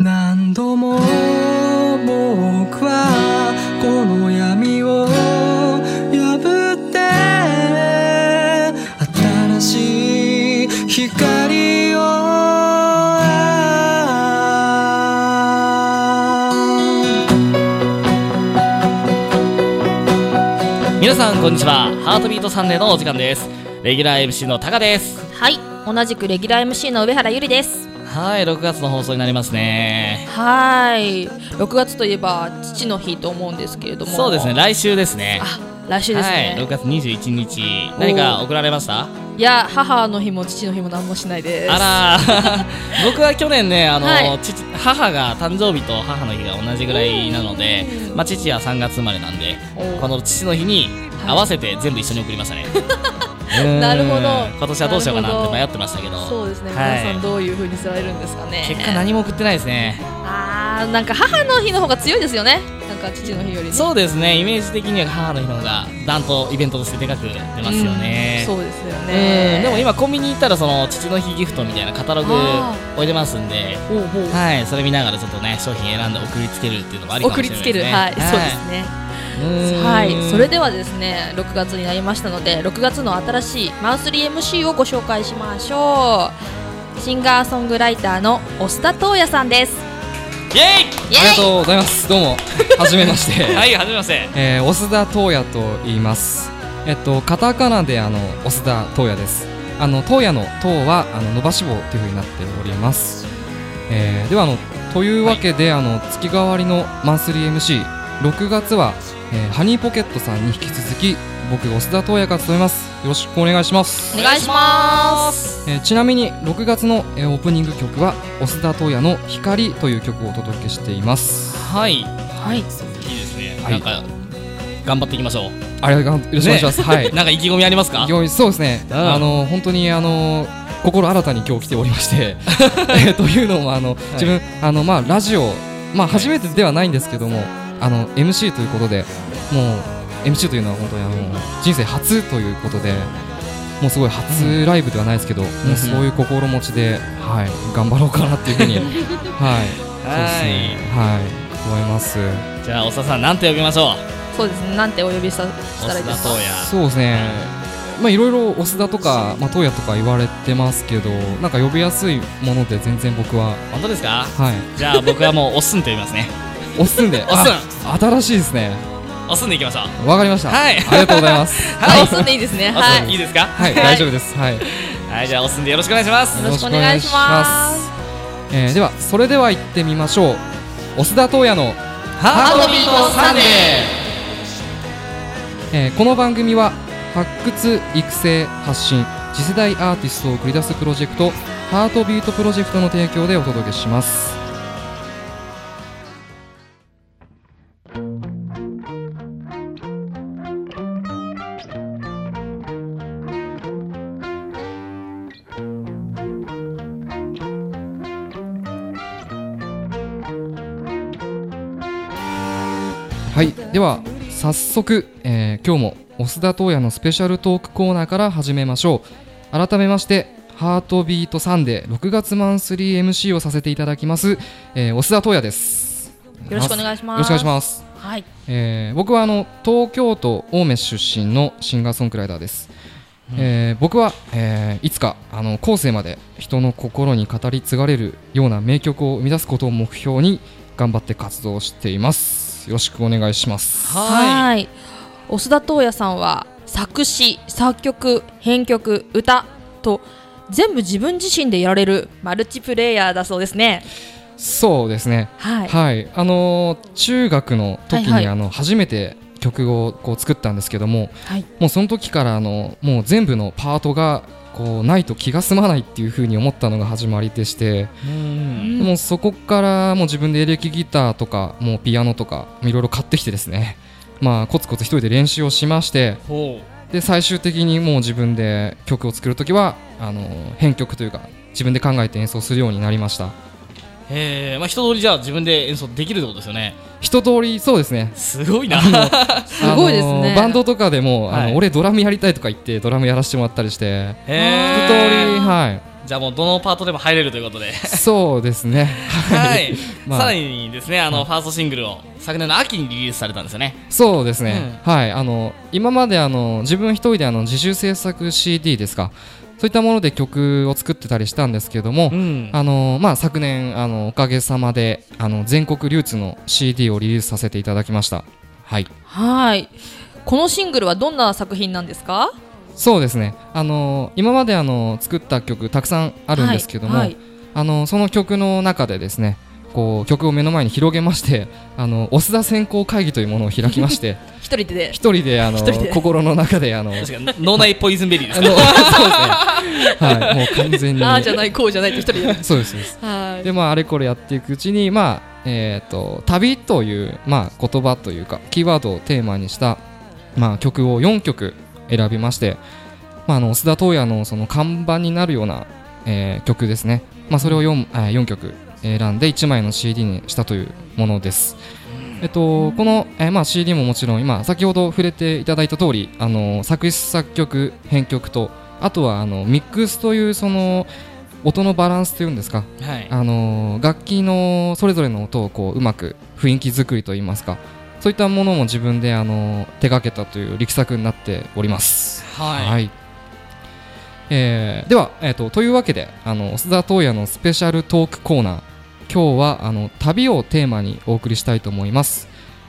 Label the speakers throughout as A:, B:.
A: 何度も僕はこの闇を破って新しい光を
B: 皆さんこんにちはハートビートサンデーのお時間ですレギュラー MC のタカです
C: はい同じくレギュラー MC の上原ゆりです
B: はい6月の放送になりますね
C: はい6月といえば父の日と思うんですけれども
B: そうですね来週ですね
C: あ来週ですね、
B: はい6月21日何か送られました
C: い、や母の日も父の日も何もしないです
B: あら ー僕は去年ねあの、
C: はい
B: 父母が誕生日と母の日が同じぐらいなので、まあ、父は3月生まれなんで
C: おー
B: この父の日に
C: は
B: 合
C: い
B: わせて全部一緒に送りましたねうーん
C: なるほど
B: 今年はどうしようかな
C: な
B: っ
C: る
B: て
C: ほど
B: 迷ってましたけど
C: そうですね、
B: はい
C: 皆さんどういう風にすられるんですかね
B: 結果何も送ってないですね
C: あーなんか母の日の方が強いですよねなんか父の日よりね
B: そうですねイメージ的には母の日の方がダンとイベントとしてでかく出ますよね、
C: うんそうですよ
B: うん
C: ね
B: でも今コンビニ行ったらその父の日ギフトみたいなカタログ
C: あ
B: 置いてますんで
C: ほうほう
B: はいそれ見ながらちょっとね商品選んで送りつけるっていうのもありかもし
C: 送
B: れ
C: り
B: ないで
C: つけ
B: す
C: る、
B: ね
C: はい、そうですね。は
B: うー
C: い、
B: ん
C: それではですね、6月になりましたので、6月の新しいマンスリー MC をご紹介しましょう。シンガーソングライターの押田斗也さんです。
B: イエ
C: イエ
D: ありが
C: イ
D: とうございます。どうも、はじめまし
B: ーイ
D: て。
B: はいはじめまして
D: えー、押田東也と言います。えっと、カタカナで、あの、押田東也です。あの、東也の東は、あの、伸ばし棒という風になっております。えーでは、あの、というわけで、あの、月替わりのマンスリー MC。6月は、えーハニーポケットさんに引き続き、僕、押田東也が務めます。よろしくお願いします
C: お。願いします。
D: えーちなみに6月の、えーオープニング曲は押田東也の「光」という曲をお届けしています
B: はいいい
C: はい、
B: ですね、
D: はい
B: なんか頑張っていきましょう
D: あれがよろしくお願いします、はい
B: なんか意気込みありますか
D: よいそうですね、
B: うん
D: あの本当にあの心新たに今日来ておりま して、えというのもあの自分、あのまあラジオまあ初めてではないんですけども、あの MC ということで、もう MC というのは本当にあの人生初ということで、もうすごい初ライブではないですけど、もうそういう心持ちで、はい頑張ろうかなっていうふう に、はい、そうですね、はい、思います。
B: じゃあ長田さんなんて呼びましょう
C: そうですね、なんてお呼びしたした
B: 長
C: らい
B: 田
C: いで
B: 東
C: すか。
B: 也
D: そうですね、まあ、いろいろオスだとか、まあ、トウヤとか言われてますけど、なんか呼びやすいもので、全然僕は、
B: 本当ですか
D: はい、
B: じゃあ僕はもうおっすんと呼びますね
D: おす んで、
B: おっすん
D: あ新しいですね、
B: おっすんでいきましょう
D: わかりました、
B: はい
D: ありがとうござい ます、
C: はい、押すんでいいですね。
B: おっ
C: は
B: す
C: い、
B: ん
C: よ
B: いいですか
D: はい、大丈夫です、はい、よ
B: はいじゃあおっすんでよろしくお願いします
C: ろしくお願いします。
D: す。えー、では、それでは行ってみましょう、オスダトウヤの
B: ハ
C: ートビートサンデ
D: えーこの番組は発掘育成発信次世代アーティストを繰り出すプロジェクト「ハートビートプロジェクト」の提供でお届けしますはいでは早速、えー今日も押田東也のスペシャルトークコーナーから始めましょう改めましてハートビートサンデー6月マンスリー MC をさせていただきます、えー、押田東也です
C: よろしくお願いしま
D: よ
C: す
D: ろしくお願いします
C: はい、
D: えー僕はあの東京都青梅市出身のシンガーソングライターです、えー僕は、えーいつかあの後世まで人の心に語り継がれるような名曲を生み出すことを目標に頑張って活動していますよろしくお願いします
B: は
C: はい、押田斗也さんは作詞、作曲、編曲、歌と全部自分自身でやられるマルチプレイヤーだそうですね。
D: そうですね
C: はい。
D: はい、あのー中学の時に、
C: はいはい
D: あの初めて曲をこう作ったんですけども、
C: はい
D: もうその時からあのもう全部のパートがこうないと気が済まないっていう風に思ったのが始まりでして、
B: いうん
D: もうそこからもう自分でエレキギターとかもうピアノとかいろいろ買ってきてですね、 まあ、コツコツ一人で練習をしまして
B: ほ
D: で最終的にもう自分で曲を作る時はあの編曲というか自分で考えて演奏するようになりました
B: うへえまあ一通りじゃあ自分で演奏できるってことですよね
D: 一通りそうですね
B: すごいな
D: す
C: ごいですね
D: バンドとかでも、あ
B: はい
D: の俺ドラムやりたいとか言ってドラムやらせてもらったりして
B: へ
D: 一
B: え
D: 通りはい
B: じゃあもうどのパートでも入れるということで
D: そうですね。
B: はい、
D: まあ
B: さらにですねあのファーストシングルを昨年の秋にリリースされたんですよね
D: そうですね、はいあの今まであの自分一人であの自主制作 CD ですかそういったもので曲を作ってたりしたんですけども、
B: ん
D: あのまあ、昨年あのおかげさまであの全国流通の CD をリリースさせていただきましたはい
C: はいこのシングルはどんな作品なんですか
D: そうですねあの今まであの作った曲たくさんあるんですけども、
C: はいはい
D: あのその曲の中でですねこう曲を目の前に広げましてあのオスダ選考会議というものを開きまして
C: 一人で
D: 一人であの
C: 一人で
D: 心の中であの
B: 確かに脳内ポイズンベリーです
D: あ
B: ね
D: のそうですね。はい、もう完全に。
C: ああじゃないこうじゃないって一人 で
D: そうですそうです。
C: はい
D: でまああれこれやっていくうちにまあえっ、と旅というまあ言葉というかキーワードをテーマにしたまあ曲を4曲選びまして、まああの須田東也のその看板になるような、えー曲ですね。まあそれを 4, あ4曲選んで1枚の CD にしたというものです。えっと、この、えーまあ、CD ももちろん今先ほど触れていただいた通りあの作詞作曲編曲とあとはあのミックスというその音のバランスというんですか
B: はい
D: あのー楽器のそれぞれの音をこううまく雰囲気作りといいますかそういったものも自分であのー手掛けたという力作になっております。
B: はい、
D: えーでは、えー、とというわけであの須田東也のスペシャルトークコーナー今日はあの旅をテーマにお送りしたいと思います、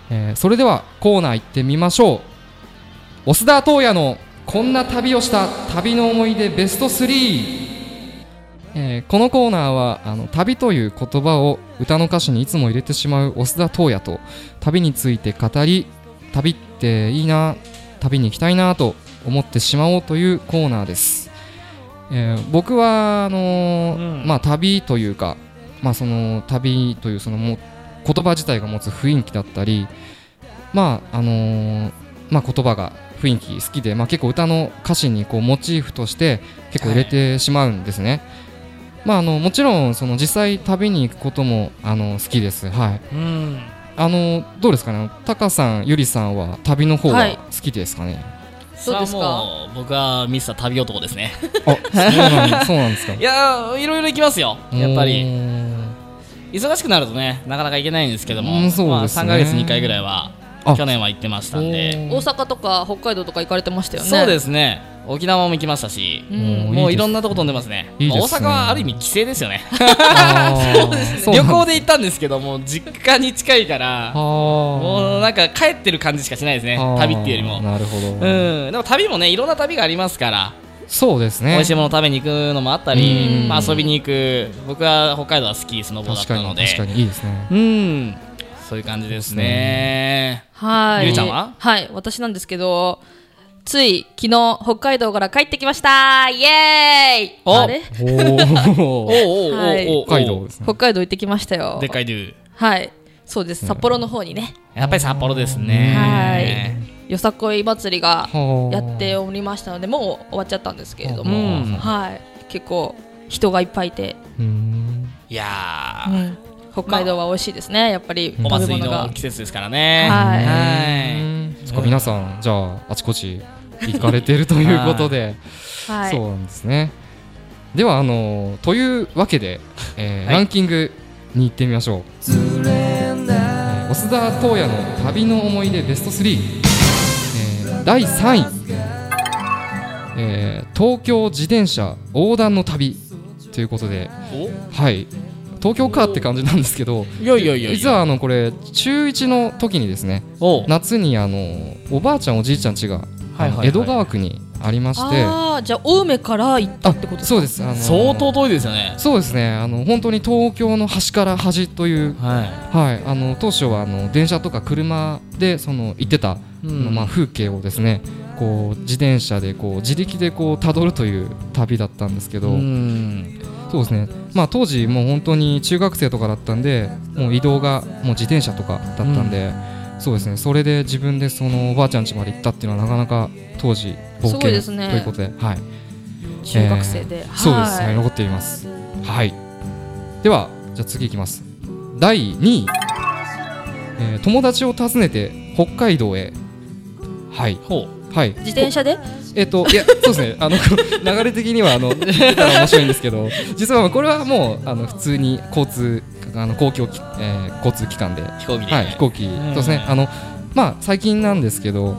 D: えーそれではコーナー行ってみましょう須田東也のこんな旅をした旅の思い出ベスト3えーこのコーナーはあの旅という言葉を歌の歌詞にいつも入れてしまう須田東也と旅について語り旅っていいな旅に行きたいなと思ってしまおうというコーナーです、えー僕はあのー
B: うん
D: まあ、旅というか、まあ、その旅というそのも言葉自体が持つ雰囲気だったり、まああのーまあ、言葉が雰囲気好きで、まあ、結構歌の歌詞にこうモチーフとして結構入れてしまうんですね、まあ、あのもちろんその実際旅に行くこともあの好きです、はい、
B: うん
D: あのどうですかねタカさんゆりさんは旅の方
C: はい
D: は好きですかね、
B: それはもう僕はミスター旅男ですね
D: あそうなんそうなんですか
B: いやーいろいろ行きますよ やっぱ
D: う
B: り
D: ーん
B: 忙しくなるとねなかなか行けないんですけども、
D: うんそう
B: まあ、
D: ですね
B: 3ヶ月に1回ぐらいは
D: あ
B: 去年は行ってましたんで
C: 大阪とか北海道とか行かれてましたよね、
B: そうですすね沖縄も行きましたし、
C: う
D: も
C: ん、
B: もういろん
D: な
B: なとこ飛んでますね
D: いいですね
B: まあ大阪はある意味帰省ですよね
D: そうです
B: 旅行で行ったんですけども実家に近いからもうなんか帰ってる感じしかしないですね旅っていうよりも
D: なるほど、
B: うんでも旅もねいろんな旅がありますから、
D: そうですね
B: 美味しいもの食べに行くのもあったり
D: うん
B: まあ、遊びに行く僕は北海道はスキースノボだっ
D: 確
B: た
D: か
B: の
D: に
B: で
D: 確かにいいですね
B: うんそういう感じですね
C: はい
B: ゆうちゃんは
C: はい私なんですけどつい昨日北海道から帰ってきましたイエーイ
B: お
C: あれ
D: お
B: おう
D: ー
B: おうおうおう
C: はい
B: おう
D: 北海道ですね
C: 北海道行ってきましたよ
B: でっかいドゥ
C: はいそうです札幌の方にね、
B: やっぱり札幌ですね
C: はいよさこい祭り
D: は
C: が
D: あ
C: やっておりましたのでもう終わっちゃったんですけれど
B: う
C: も、
B: ん
C: はい結構人がいっぱいいて、
D: うーん
B: いや
C: う
B: ー
C: ん北海道は美味しいですね、やっぱり
B: お
C: 食べ
B: 祭り
C: 物が
B: の季節ですからね
C: はい
D: うんそっか皆さんじゃああちこち行かれてるということで
C: はい
D: そうなんですね。ではあのというわけで、えー
B: はい
D: ランキングに行ってみましょう。
A: ずれない
D: えー増田東也の旅の思い出ベスト3、えー第3位、えー東京自転車横断の旅ということで、はい、東京かって感じなんですけど、
B: おいやいやいやいや
D: 実はあのこれ中1の時にですね、
B: おう
D: 夏にあのおばあちゃんおじいちゃん家が、
B: はいはいはい
D: あの江戸川区にありまして、
C: ああじゃあ青梅から行ったってことですか
D: そうです。あの
B: 相当遠いですよね
D: そうですねあの本当に東京の端から端という、
B: は
D: はい、あの当初はあの電車とか車でその行ってた、
B: い
D: まあ、風景をですねこう自転車でこう自力でこう辿るという旅だったんですけど、
B: うん
D: そうですね、まあ、当時もう本当に中学生とかだったんでもう移動がもう自転車とかだったんで、そうですねそれで自分でそのおばあちゃん家まで行ったっていうのはなかなか当時冒
C: すご
D: 険
C: いですね
D: ということではい、
C: 中学生で、
D: えー
C: はい
D: そうですね残っていますはいではじゃあ次いきます第2位、えー友達を訪ねて北海道へはい
B: ほ
D: はい
C: 自転車で
D: えっといやそうですねあの 流れ的にはあ の聞いたら面白いんですけど実はこれはもうあの普通に交通あの公共機、えー交通機関で、
B: 飛行機で、
D: はい、飛行機そうですねあのまあ最近なんですけど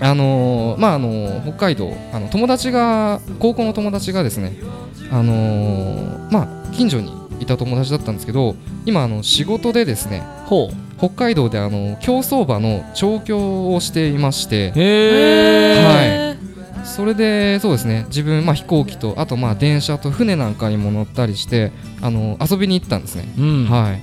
D: あのーまああのー北海道あの友達が高校の友達がですねあのーまあ近所にいた友達だったんですけど今あの仕事でですね
B: ほ
D: 北海道であの競走馬の調教をしていまして
B: うへえ、
D: はいそれでそうですね自分、まあ、飛行機とあとまあ電車と船なんかにも乗ったりしてあの遊びに行ったんですね、
B: うん
D: はい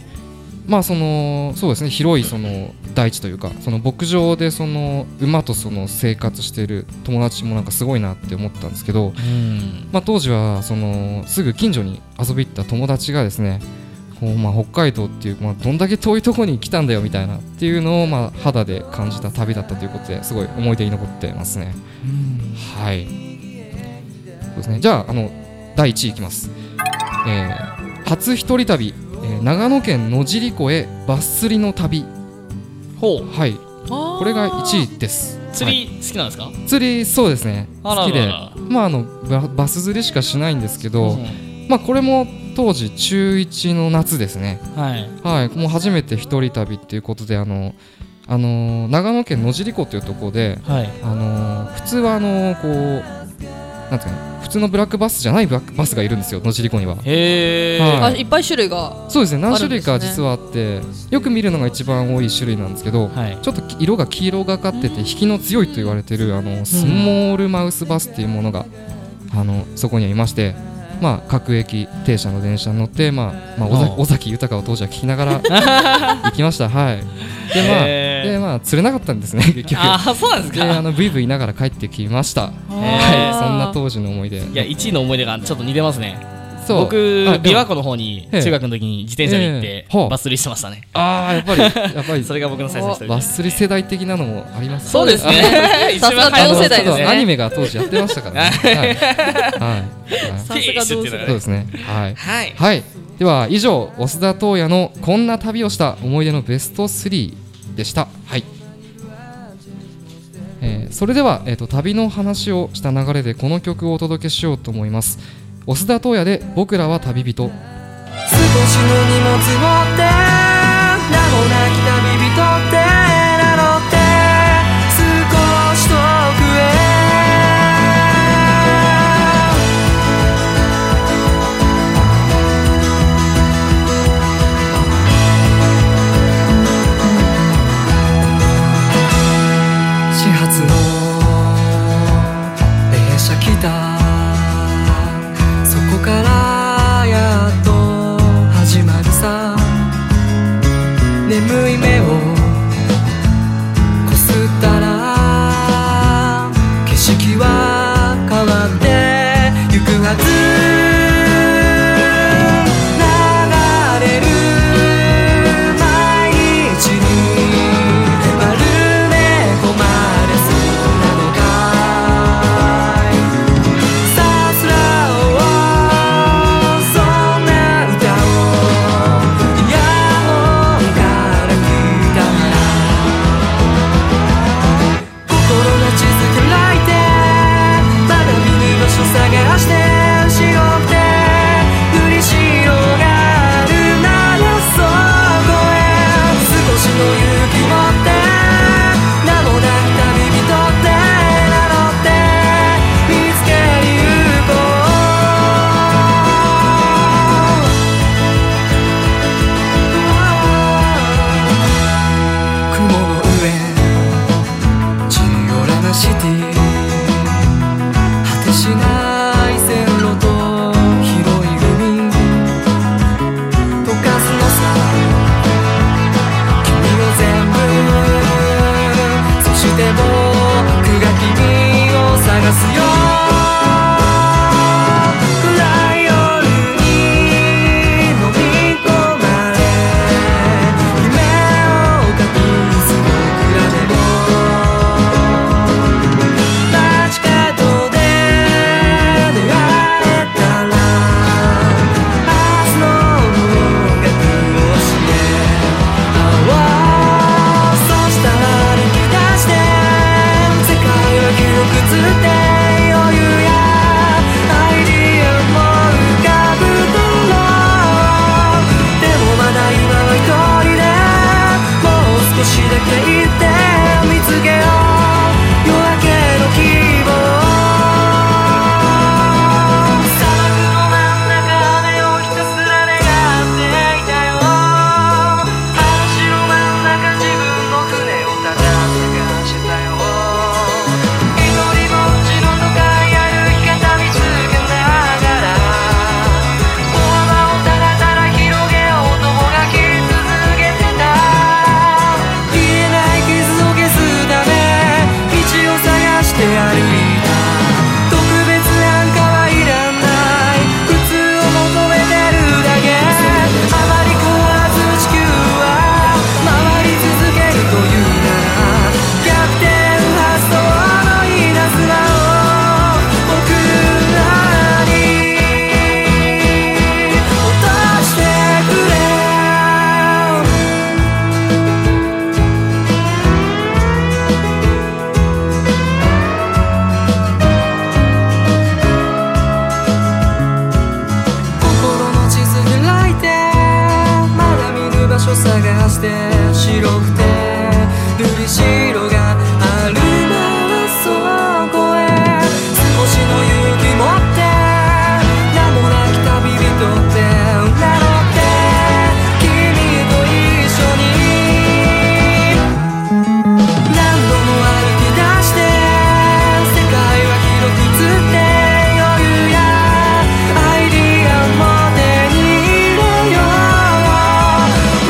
D: まあそのそうですね広いその大地というかその牧場でその馬とその生活している友達もなんかすごいなって思ったんですけど、
B: うん
D: まあ、当時はそのすぐ近所に遊び行った友達がですねこうまあ北海道っていう、まあ、どんだけ遠いところに来たんだよみたいなっていうのをまあ肌で感じた旅だったということですごい思い出に残ってますね。はい。そうですね。じゃあ、あの、第1位いきます。えー初一人旅、えー長野県野尻湖へバス釣りの旅。
B: ほう
D: はい、
C: こ
D: これが1位です。
B: 釣
D: はい
B: り好きなんですか、
D: 釣り、そうですね。
B: あら
D: 好き
B: ら
D: で、
B: ら
D: まあ、あの、ババス釣りしかしないんですけど、
B: ん
D: まあ、これも当時中1の夏ですね。
B: はい
D: はい、もう初めて一人旅っていうことで、あの。あの長野県野尻湖というところで、
B: はい
D: あのー普通はあのーこうなんていうかな普通のブラックバスじゃないブラックバスがいるんですよ野尻湖には
B: へえ、
D: は
C: あいっぱい種類が
D: そうですね何種類
C: あ
D: か
C: るんです
D: 実
C: ね
D: はあってよく見るのが一番多い種類なんですけど、
B: はい
D: ちょっと色が黄色がかってて引きの強いと言われてるあのスモールマウスバスっていうものが、あのそこにはいまして、まあ、各駅停車の電車に乗って、まあまあ、尾
B: ああ
D: 崎尾崎豊を当時は聞きながら 行きましたはいでまあ
B: へえ
D: でまあ釣れなかったん ですね結局
B: ああそうなんです
D: であ
B: か
D: のブイブイ言いながら帰ってきました
B: は
D: そんな当時の思い出
B: いや1位の思い出がちょっと似てますね
D: そう
B: 僕
D: あ
B: 琵
D: でも
B: 琶湖の方に
D: ええ
B: 中学の時に自転車で行って
D: ええはあ
B: バス釣りしてましたね
D: ああやっ ぱりやっぱり
B: それが僕の最初の一人
D: バス釣り世代的なのもあります
B: そうです ね一
C: さすが
B: 番
C: 多
D: あ
C: 様
D: の
C: 世代
D: ち
C: で
D: ょ
C: す
D: っ
C: ね
D: とアニメが当時やってました からねはいはいはい
C: さすが同世
D: そう
C: 代
D: ですねはい
B: はい
D: はいでは以上押田斗也のこんな旅をした思い出のベスト3でしたはいえーそれでは、えー、と旅の話をした流れでこの曲をお届けしようと思います押田斗也で僕らは旅人
A: 少しの荷物持って名もなき旅人って名乗って少し遠くへ始発の電車来たそこからやっと始まるさ眠い目をこすったら景色は変わってゆくはず流れる毎日に丸め込まれそうなのかいさすらおうそんな歌をイヤホンから聞いたていって見つけよう夜明けの希望砂漠の真ん中でをひたすら願っていたよ話の真ん中自分の船をただ探したよ一人ぼっちの都会歩き方見つけながら言葉をただただ広げようともがき続けてた消えない傷を消すため道を探して歩いた特別なんかはいらない普通を求めてるだけあまり壊らず地球は回り続けるというなら逆転発想の稲妻を僕らに落としてくれ心の地図開いてまだ見ぬ場所探して白くて塗り白があるならそこへ少しの勇気持って名もなき旅人って名乗って君と一緒に何度も歩き出して世界は広く映って余裕やアイデアも手に入れよう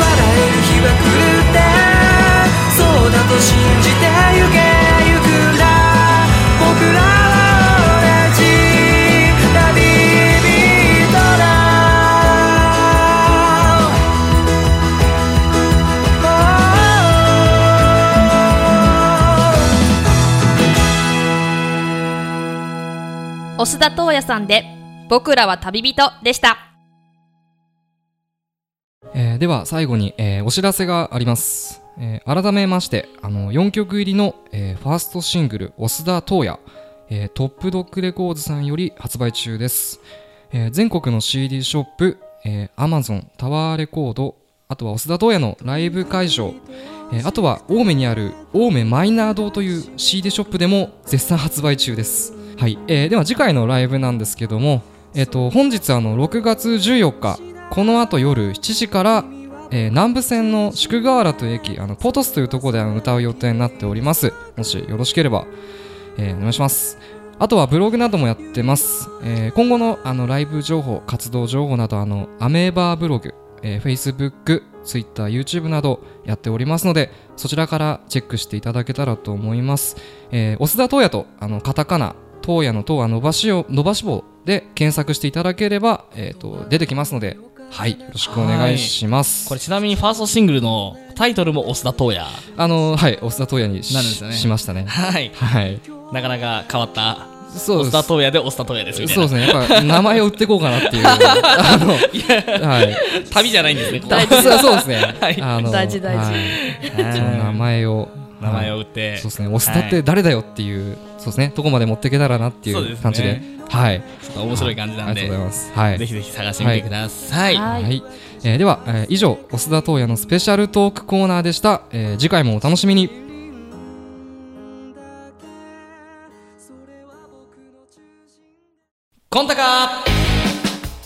A: 笑える日は来るってそうだと信じてゆけゆくんだ僕らは同じ旅人だ
C: 押田東也さんで僕らは旅人でした
D: えーでは最後に、えーお知らせがあります、えー改めましてあの4曲入りの、えーファーストシングル「オ田トーヤえートップドッグレコーズさんより発売中です、えー全国の CD ショップ、えー、Amazon タワーレコードあとはオ田トーヤのライブ会場、えーあとは青梅にある青梅マイナー堂という CD ショップでも絶賛発売中ですはい、えーでは次回のライブなんですけどもえっ、と本日あの6月14日この後夜7時から、えー南部線の宿河原という駅あのポトスというところであの歌う予定になっておりますもしよろしければ、えーお願いしますあとはブログなどもやってます、えー今後のあのライブ情報活動情報などあのアメーバーブログ、えー Facebook、Twitter、YouTube などやっておりますのでそちらからチェックしていただけたらと思います、えー、オスダトーヤとあのカタカナトーヤのトーは伸ばしを伸ばし棒で検索していただければ、えー、と出てきますのではいよろしくお願いします
B: これちなみにファーストシングルのタイトルもオスダトーヤ
D: あのはいオスダトーヤにし,、
B: なるんですよね
D: しましたね
B: はい
D: はい
B: なかなか変わった
D: そう
B: オ
D: で
B: ス
D: す
B: ダトーヤでオスダトーヤですみたい
D: そう
B: な
D: ですねやっぱ名前を売っていこうかな っていうあのはい
B: 旅じゃないんですねここ
D: そうそうですね、
B: はい
D: あの
C: 大事大事
D: はいその名前を
B: 名前を
D: はい
B: 打って
D: そうですねオスダって誰だよっていう、そうですねどこまで持っていけたらなってい
B: そうで
D: う
B: すね
D: 感じではい
B: ちょっと面白い感じな
D: ありが
B: んで
D: とうございますはい
B: ぜひぜひ探してみてください、
C: は
D: はいい、えーでは、えー以上オスダトーヤのスペシャルトークコーナーでした、えー次回もお楽しみに
B: コンタカ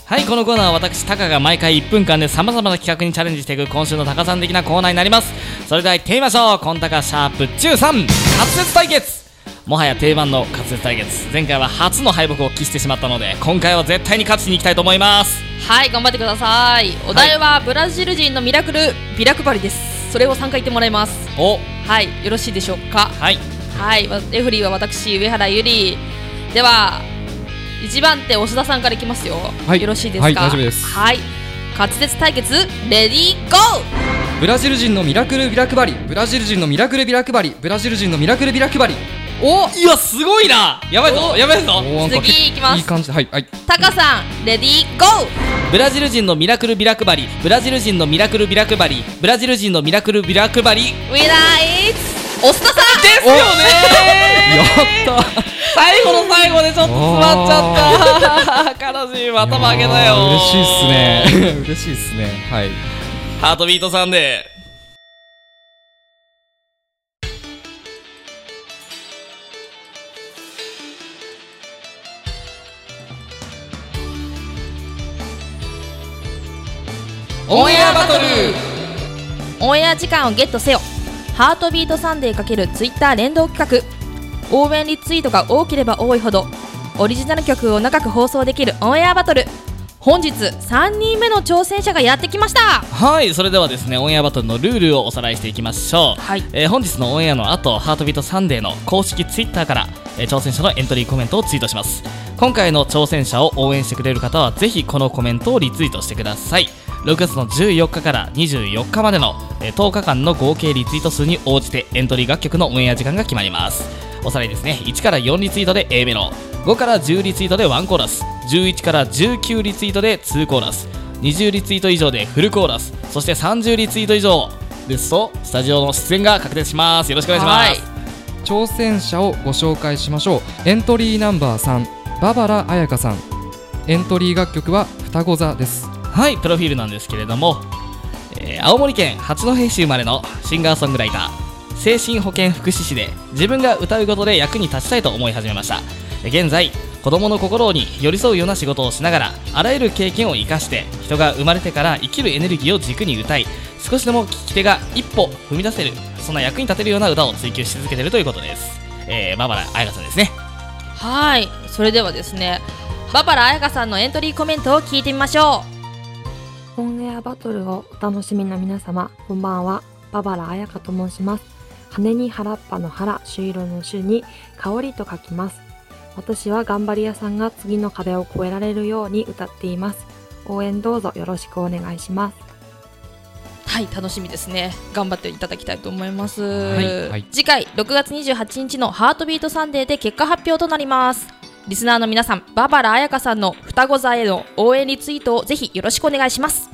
B: はいこのコーナーは私タカが毎回1分間でさまざまな企画にチャレンジしていく今週のタカさん的なコーナーになりますそれでは行ってみましょうコンタカシャープ13滑舌対決もはや定番の滑舌対決前回は初の敗北を喫してしまったので今回は絶対に勝ちに行きたいと思います
C: はい頑張ってくださいお題はブラジル人のミラクルビラ配りですそれを3回言ってもらいます
B: お
C: はいよろしいでしょうか
B: はい
C: はいわレフリーは私上原ゆりでは1番手押田さんからいきますよ、
D: はい
C: よろしいですか
D: はい大丈夫です
C: はい滑舌対決レディーゴー
D: ブラジル人のミラクルビラ配りブラジル人のミラクルビラ配りブラジル人のミラクルビラ配り
C: お
B: いやすごいなやばいぞやばいぞ
D: おーなんか
C: 次いきます
D: いい感じではいはい
C: タカさんレディーゴー
B: ブラジル人のミラクルビラ配りブラジル人のミラクルビラ配りブラジル人のミラクルビラ配り
C: ウィナーイズ押田さん
B: ですよねやった最後の最後でちょっと詰まっちゃった悲しいまた負けだよ
D: いや ー嬉しいっすね嬉しいっすねはい
B: ハートビートさんで
C: オンエア時間をゲットせよハートビートサンデー×ツイッター連動企画応援リツイートが多ければ多いほどオリジナル曲を長く放送できるオンエアバトル本日3人目の挑戦者がやってきました
B: はいそれではですねオンエアバトルのルールをおさらいしていきましょう、
C: はい
B: えー本日のオンエアの後ハートビートサンデーの公式ツイッターから、えー挑戦者のエントリーコメントをツイートします今回の挑戦者を応援してくれる方はぜひこのコメントをリツイートしてください6月の14日から24日までの、えー10日間の合計リツイート数に応じてエントリー楽曲のオンエア時間が決まりますおさらいですね1から4リツイートで A メロ5から10リツイートで1コーラス11から19リツイートで2コーラス20リツイート以上でフルコーラスそして30リツイート以上ですとスタジオの出演が確定しますよろしくお願いします
D: 挑戦者をご紹介しましょうエントリーナンバー3ババラ彩香さんエントリー楽曲は双子座です
B: はいプロフィールなんですけれども、えー青森県八戸市生まれのシンガーソングライター精神保健福祉士で自分が歌うことで役に立ちたいと思い始めましたえー現在子供の心に寄り添うような仕事をしながらあらゆる経験を生かして人が生まれてから生きるエネルギーを軸に歌い少しでも聞き手が一歩踏み出せるそんな役に立てるような歌を追求し続けているということですえー、バーバラ彩香さんですね
C: はいそれではですねババラ彩香さんのエントリーコメントを聞いてみましょ
E: オンエアバトルをお楽しみの皆様、こんばんは。ババラ彩香と申します。羽に原っぱの原、朱色の朱に、香りと書きます。私は頑張り屋さんが次の壁を越えられるように歌っています。応援どうぞよろしくお願いします。
C: うはい楽しみですね頑張っていただきたいと思います、
D: いはい
C: 次回6月28日の「ハートビートサンデー」で結果発表となりますリスナーの皆さんババラ彩香さんの双子座への応援リツイートをぜひよろしくお願いします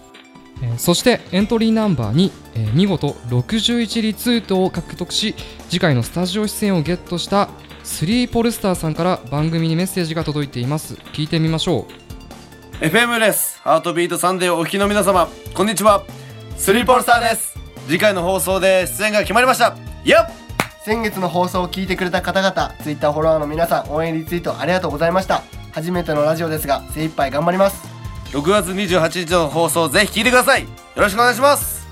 D: えーそしてエントリーナンバー2、えー見事61リツイートを獲得し次回のスタジオ出演をゲットしたスリーポルスターさんから番組にメッセージが届いています聞いてみましょ
F: FM ですハートビートサンデーをお聞きの皆様こんにちはスリーポールスターです次回の放送で出演が決まりましたやっ
G: 先月の放送を聞いてくれた方々、ツイッターフォロワーの皆さん、応援リツイートありがとうございました。初めてのラジオですが、精一杯頑張ります。
F: 6月28日の放送ぜひ聞いてくださいよろしくお願いします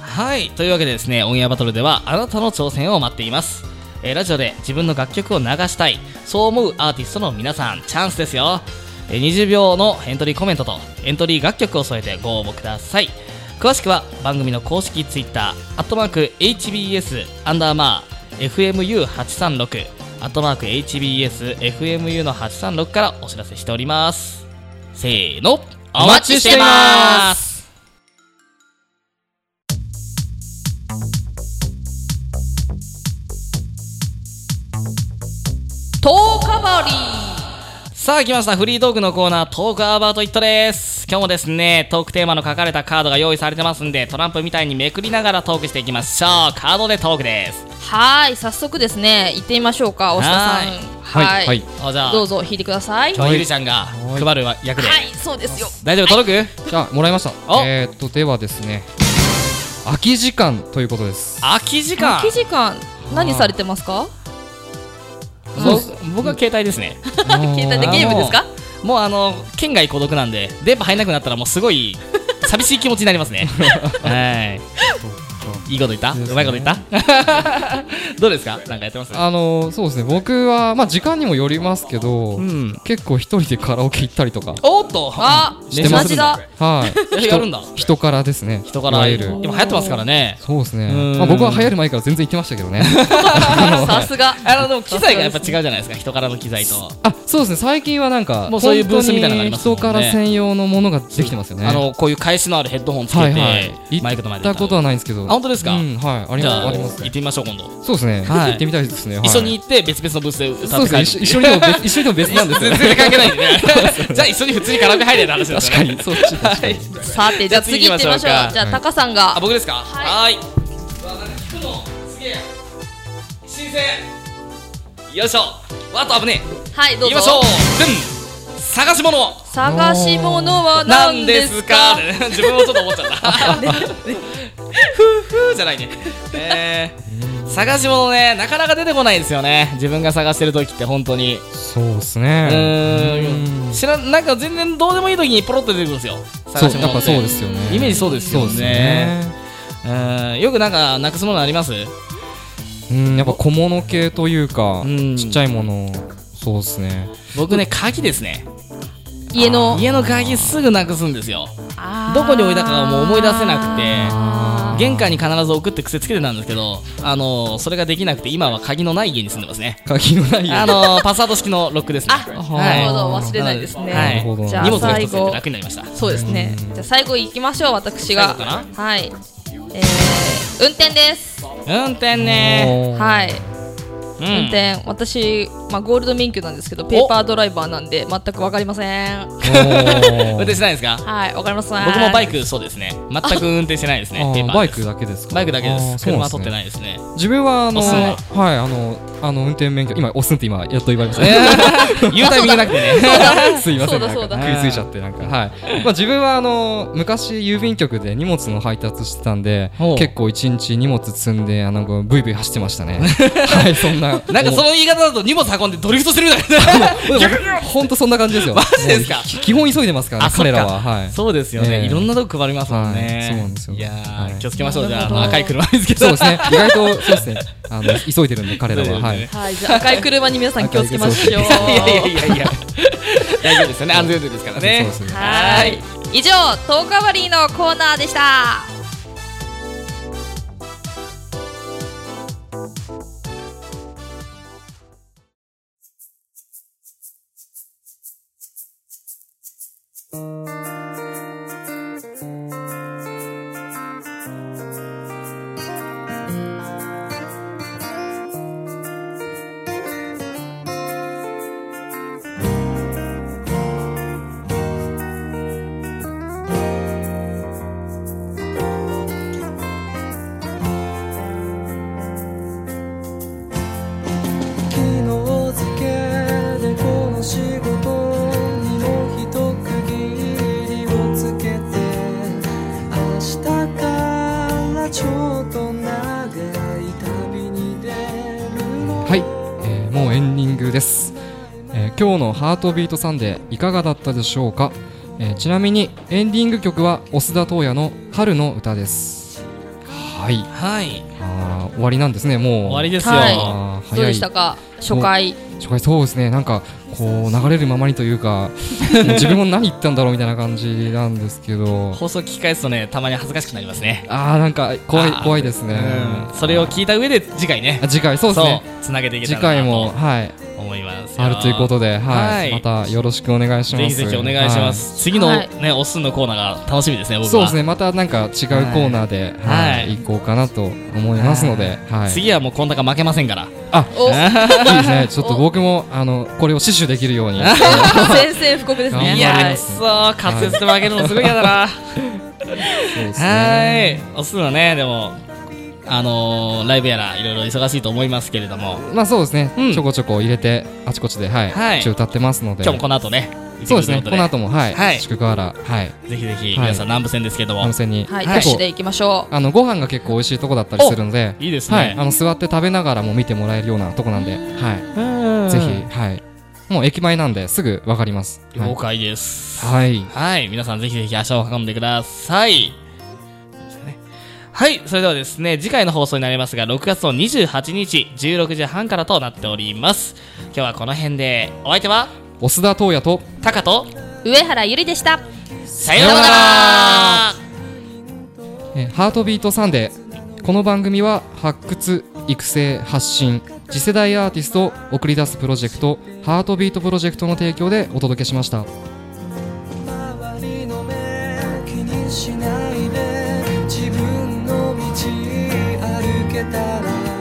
B: はいというわけでですねオンエアバトルではあなたの挑戦を待っています、えーラジオで自分の楽曲を流したいそう思うアーティストの皆さんチャンスですよ、えー20秒のエントリーコメントとエントリー楽曲を添えてご応募ください詳しくは番組の公式 Twitter アットマーク HBS アンダーマー FMU836 アットマーク HBSFMU の836からお知らせしておりますせーのお待ちしています
C: トーカバリー
B: さあ来ましたフリートークのコーナートークアバウトイットです今日もですねトークテーマの書かれたカードが用意されてますんでトランプみたいにめくりながらトークしていきましょうカードでトークです
C: はい早速ですね行ってみましょうか押田さん
D: うはいはい
B: あじゃあ
C: どうぞ引いてください
B: 今
C: は
B: 日ゆりちゃんが配る役で、
C: いそうですよ
B: 大丈夫届く、
D: じゃあもらいました
B: お
D: えー、っとではですね空き時間ということ です
B: 空き時間
C: 空き時間何されてますか
D: そうです
B: 僕僕は携帯ですね
C: 携帯でゲームですか
B: もうあの県外孤独なんで電波入んなくなったらもうすごい寂しい気持ちになりますねはいいいこと言った、
D: ですね
B: うまいこと言った どうですかなんかやってます
D: あのーそうですね僕はまあ時間にもよりますけど、
B: うん
D: 結構一人でカラオケ行ったりとか
B: おっと
C: あ
D: してます
C: 同じだ
D: はい
B: えやるんだ
D: 人人からですね
B: 人から
D: いわゆ
B: で
D: る
B: も流行ってますからね
D: そうです
B: うー
D: ね
B: ん、
D: まあ、僕は流行る前から全然行ってましたけど ね
C: さすが
B: あのでも機材がやっぱ違うじゃないですか人からの機材と、
D: あそうですね最近はなんか
B: もうそういうブースみたいなのがありますもんね
D: 本当に人から専用のものができてますよね
B: あのこういう返しのあるヘッドホンつけて、
D: はいはい
B: マイクとマ
D: 行
B: イ
D: った
B: ク
D: ことはないんですけど
B: あ本当ですか
D: うんはいあり
B: じ
D: ます
B: ゃあ
D: あります
B: 行ってみましょう今度、
D: そうですね、
B: はい
D: 行ってみたいですね、はい
B: 一緒に行って別々のブースで歌
D: そ
B: っ
D: う
B: て
D: です
B: 帰
D: ね
B: る
D: 一緒一緒にでも 別一緒にでも別なんですよ
B: 全然関係ないんでね じゃあ一緒に普通にカラオケ入れって話です
D: 確
B: よ
D: か
B: ね
D: にそう確かに
C: さてじゃあ次行ってみましょう
B: じゃあ次行きましょうか
C: じゃあタカさん が
B: あ僕ですか
C: は
B: はいーいうわなんか聞くのすげえ新鮮よいしょわっと危ねえ
C: はいど
B: 行
C: う
B: き
C: ぞ
B: ましょうドゥン探し物
C: 探し物は
B: なん
C: 何
B: で
C: ですす
B: か
C: か
B: 自分もちょっと思っちゃった。ふうふうじゃないね。えー探し物ね、なかなか出てこないですよね。自分が探してる時って本当に。
D: そうです
B: う
D: ね
B: ーん。知らん、なんか全然どうでもいい時にポロッと出てくるんですよ。探
D: そ
B: し
D: う
B: 物
D: やっ
B: って
D: ぱそうですよね
B: イメージそうですよね
D: そうですね
B: うんよくなんかなくすものあります
D: うんやっぱ小物系というか
B: うん
D: ちっちゃいものそうですね
B: 僕ね鍵ですね
C: 家の
B: 家の鍵すぐなくすんですよ
C: あー
B: どこに置いたかがもう思い出せなくて
D: あ
B: 玄関に必ず送って癖つけてたんですけどあのそれができなくて今は鍵のない家に住んでますね
D: ー鍵のない
B: あのパスワード式のロックですね
C: あ
B: はい
C: なるほど忘れないですね
B: は
D: なるほど
B: い、
D: じゃあ
B: 荷物が一
C: 最
B: つ減っ
C: 後
B: て楽になりました
C: そうですねじゃあ最後行きましょう私が
B: 最後
C: はいえー、運転です
B: 運転ね
D: おー
C: はい
B: うん
C: 運転、私、まあ、ゴールド免許なんですけどペーパードライバーなんで全く分かりません
D: おー
B: 運 転しないですか
C: はい分かりません
B: 僕もバイ
C: ク
B: クそうですね全く運転してないですね
D: あー
B: ペーパー
D: バイ
B: で
D: ク
B: す
D: だけですか
B: バイクだけです
D: あーそう
B: 車
D: な
B: は
D: んすね
B: 取ってないですね
D: 自分はあの
B: おすすめ
D: はいあのあの運転免許今押すんって今やっと言われました、
B: 言うタイミングなく てね
D: すいません
C: そうだ
D: なん
C: そうだ
D: か食いついちゃってなんかはいまあ自分はあの昔郵便局で荷物の配達してたんで
B: ほう
D: 結構一日荷物積んであのブイブイ走ってま したねはいそんな
B: なんか
D: もう
B: その言い方だと荷物運んでドリフトしてるみたい
D: で
B: な
D: もほんとそんな感じですよマ
B: ジですか
D: 基本急いでますから
B: あ
D: ね
B: そっ
D: 彼
B: か
D: らははい
B: そうですよね、
D: ええ
B: いろんなとこ配りますもん
D: はい
B: ね、
D: そうなんですよ
B: いやー、
D: はい
B: 気をつけましょうじゃあ
C: な
B: あ
C: るほ
B: の
C: ど
B: 赤い車ですけど
D: そうですね意外とそうですねあの急いでるんで彼らははい
C: はいじゃあ赤い車に皆さん気をつけましょう
B: いやいやいやいや大丈夫ですよね安全運転ですからね
D: そうですね
C: はい以上トークアバリーのコーナーでした
H: 昨日付けでこの仕事にも一区切りをつけて明日からちょっと長い旅に出るの
D: はい、えーもうエンディングです、えー今日の「ハートビートサンデー」いかがだったでしょうか、えーちなみにエンディング曲は押田斗也の「春の歌」ですはい
B: はい
D: あー終わりなんですねもう
B: 終わりですよ、
C: は
D: あ
C: い
D: ー
C: どう
D: 早
C: で
D: い
C: したか初回
D: 初回そうですねなんかこう流れるままにという かもう自分も何言ったんだろうみたいな感じなんですけど
B: 放送聞き返すとねたまに恥ずかしくなりますね
D: あーなんか怖い
B: あー
D: 怖いですね
B: うんそれを聞いた上で次回ね
D: あ次回そうですね
B: つなげていけ
D: 次
B: たら
D: 回も
B: な
D: はい
B: と思いますよ
D: あるということで、
B: は
D: はいい、またよろしくお願いします。
B: ぜひぜひお願いします、次の
C: はい
B: ね、おっすんのコーナーが楽しみですね
D: はい。
B: 僕
D: そ
B: は
D: うですね、またなんか違うコーナーで、
B: はい
D: はい
B: はい
D: 行こうかなと思いますので、はい。 いい
B: 次はもうこんなが負けませんから
C: お
D: ですね、ちょっと僕も、あの、これを死守できるように。 はい
C: 宣戦布告ですね
D: 頑張
B: い
D: り
B: や
C: は
B: ー
C: い
B: くそー滑舌で負けるのすごい嫌だな
D: そうですね。
B: はい、おすのね、でも、あのーライブやら、いろいろ忙しいと思いますけれども、
D: まあ、そうですね、
B: うん
D: ちょこちょこ入れて、あちこちで、はい、
B: はい
D: 一応歌ってますので。
B: 今日もこの後ね、
D: そうですね、この後
B: も、
D: も、はい、
B: はい
D: 宿河原、はい、
B: ぜひぜひ、
D: い
B: 皆さん南部戦ですけども
D: 温、泉に、
C: はい
B: はい
C: ダッシュでいきましょう
D: あの、ご飯が結構美味しいとこだったりするので。
B: いいです
D: はい、
B: ね
D: あ。の、座って食べながらも見てもらえるようなとこなんで、はい。ぜひ、はい。もう駅前なんで、すぐわかります。はい
B: 了。解です。
D: はい。
B: はい、皆さんぜひぜひ足を運んでください。はい、それではですね、次回の放送になりますが、6月の28日、16時半からとなっております。今日はこの辺で、お相手は、
D: オスダトウヤと、
B: タカと、
C: 上原ゆりでした
B: さようなら
D: えーハートビートサンデー。この番組は、発掘、育成、発信、次世代アーティストを送り出すプロジェクト、ハートビートプロジェクトの提供でお届けしました。
H: 周りの目気にしないで自分の道歩けたら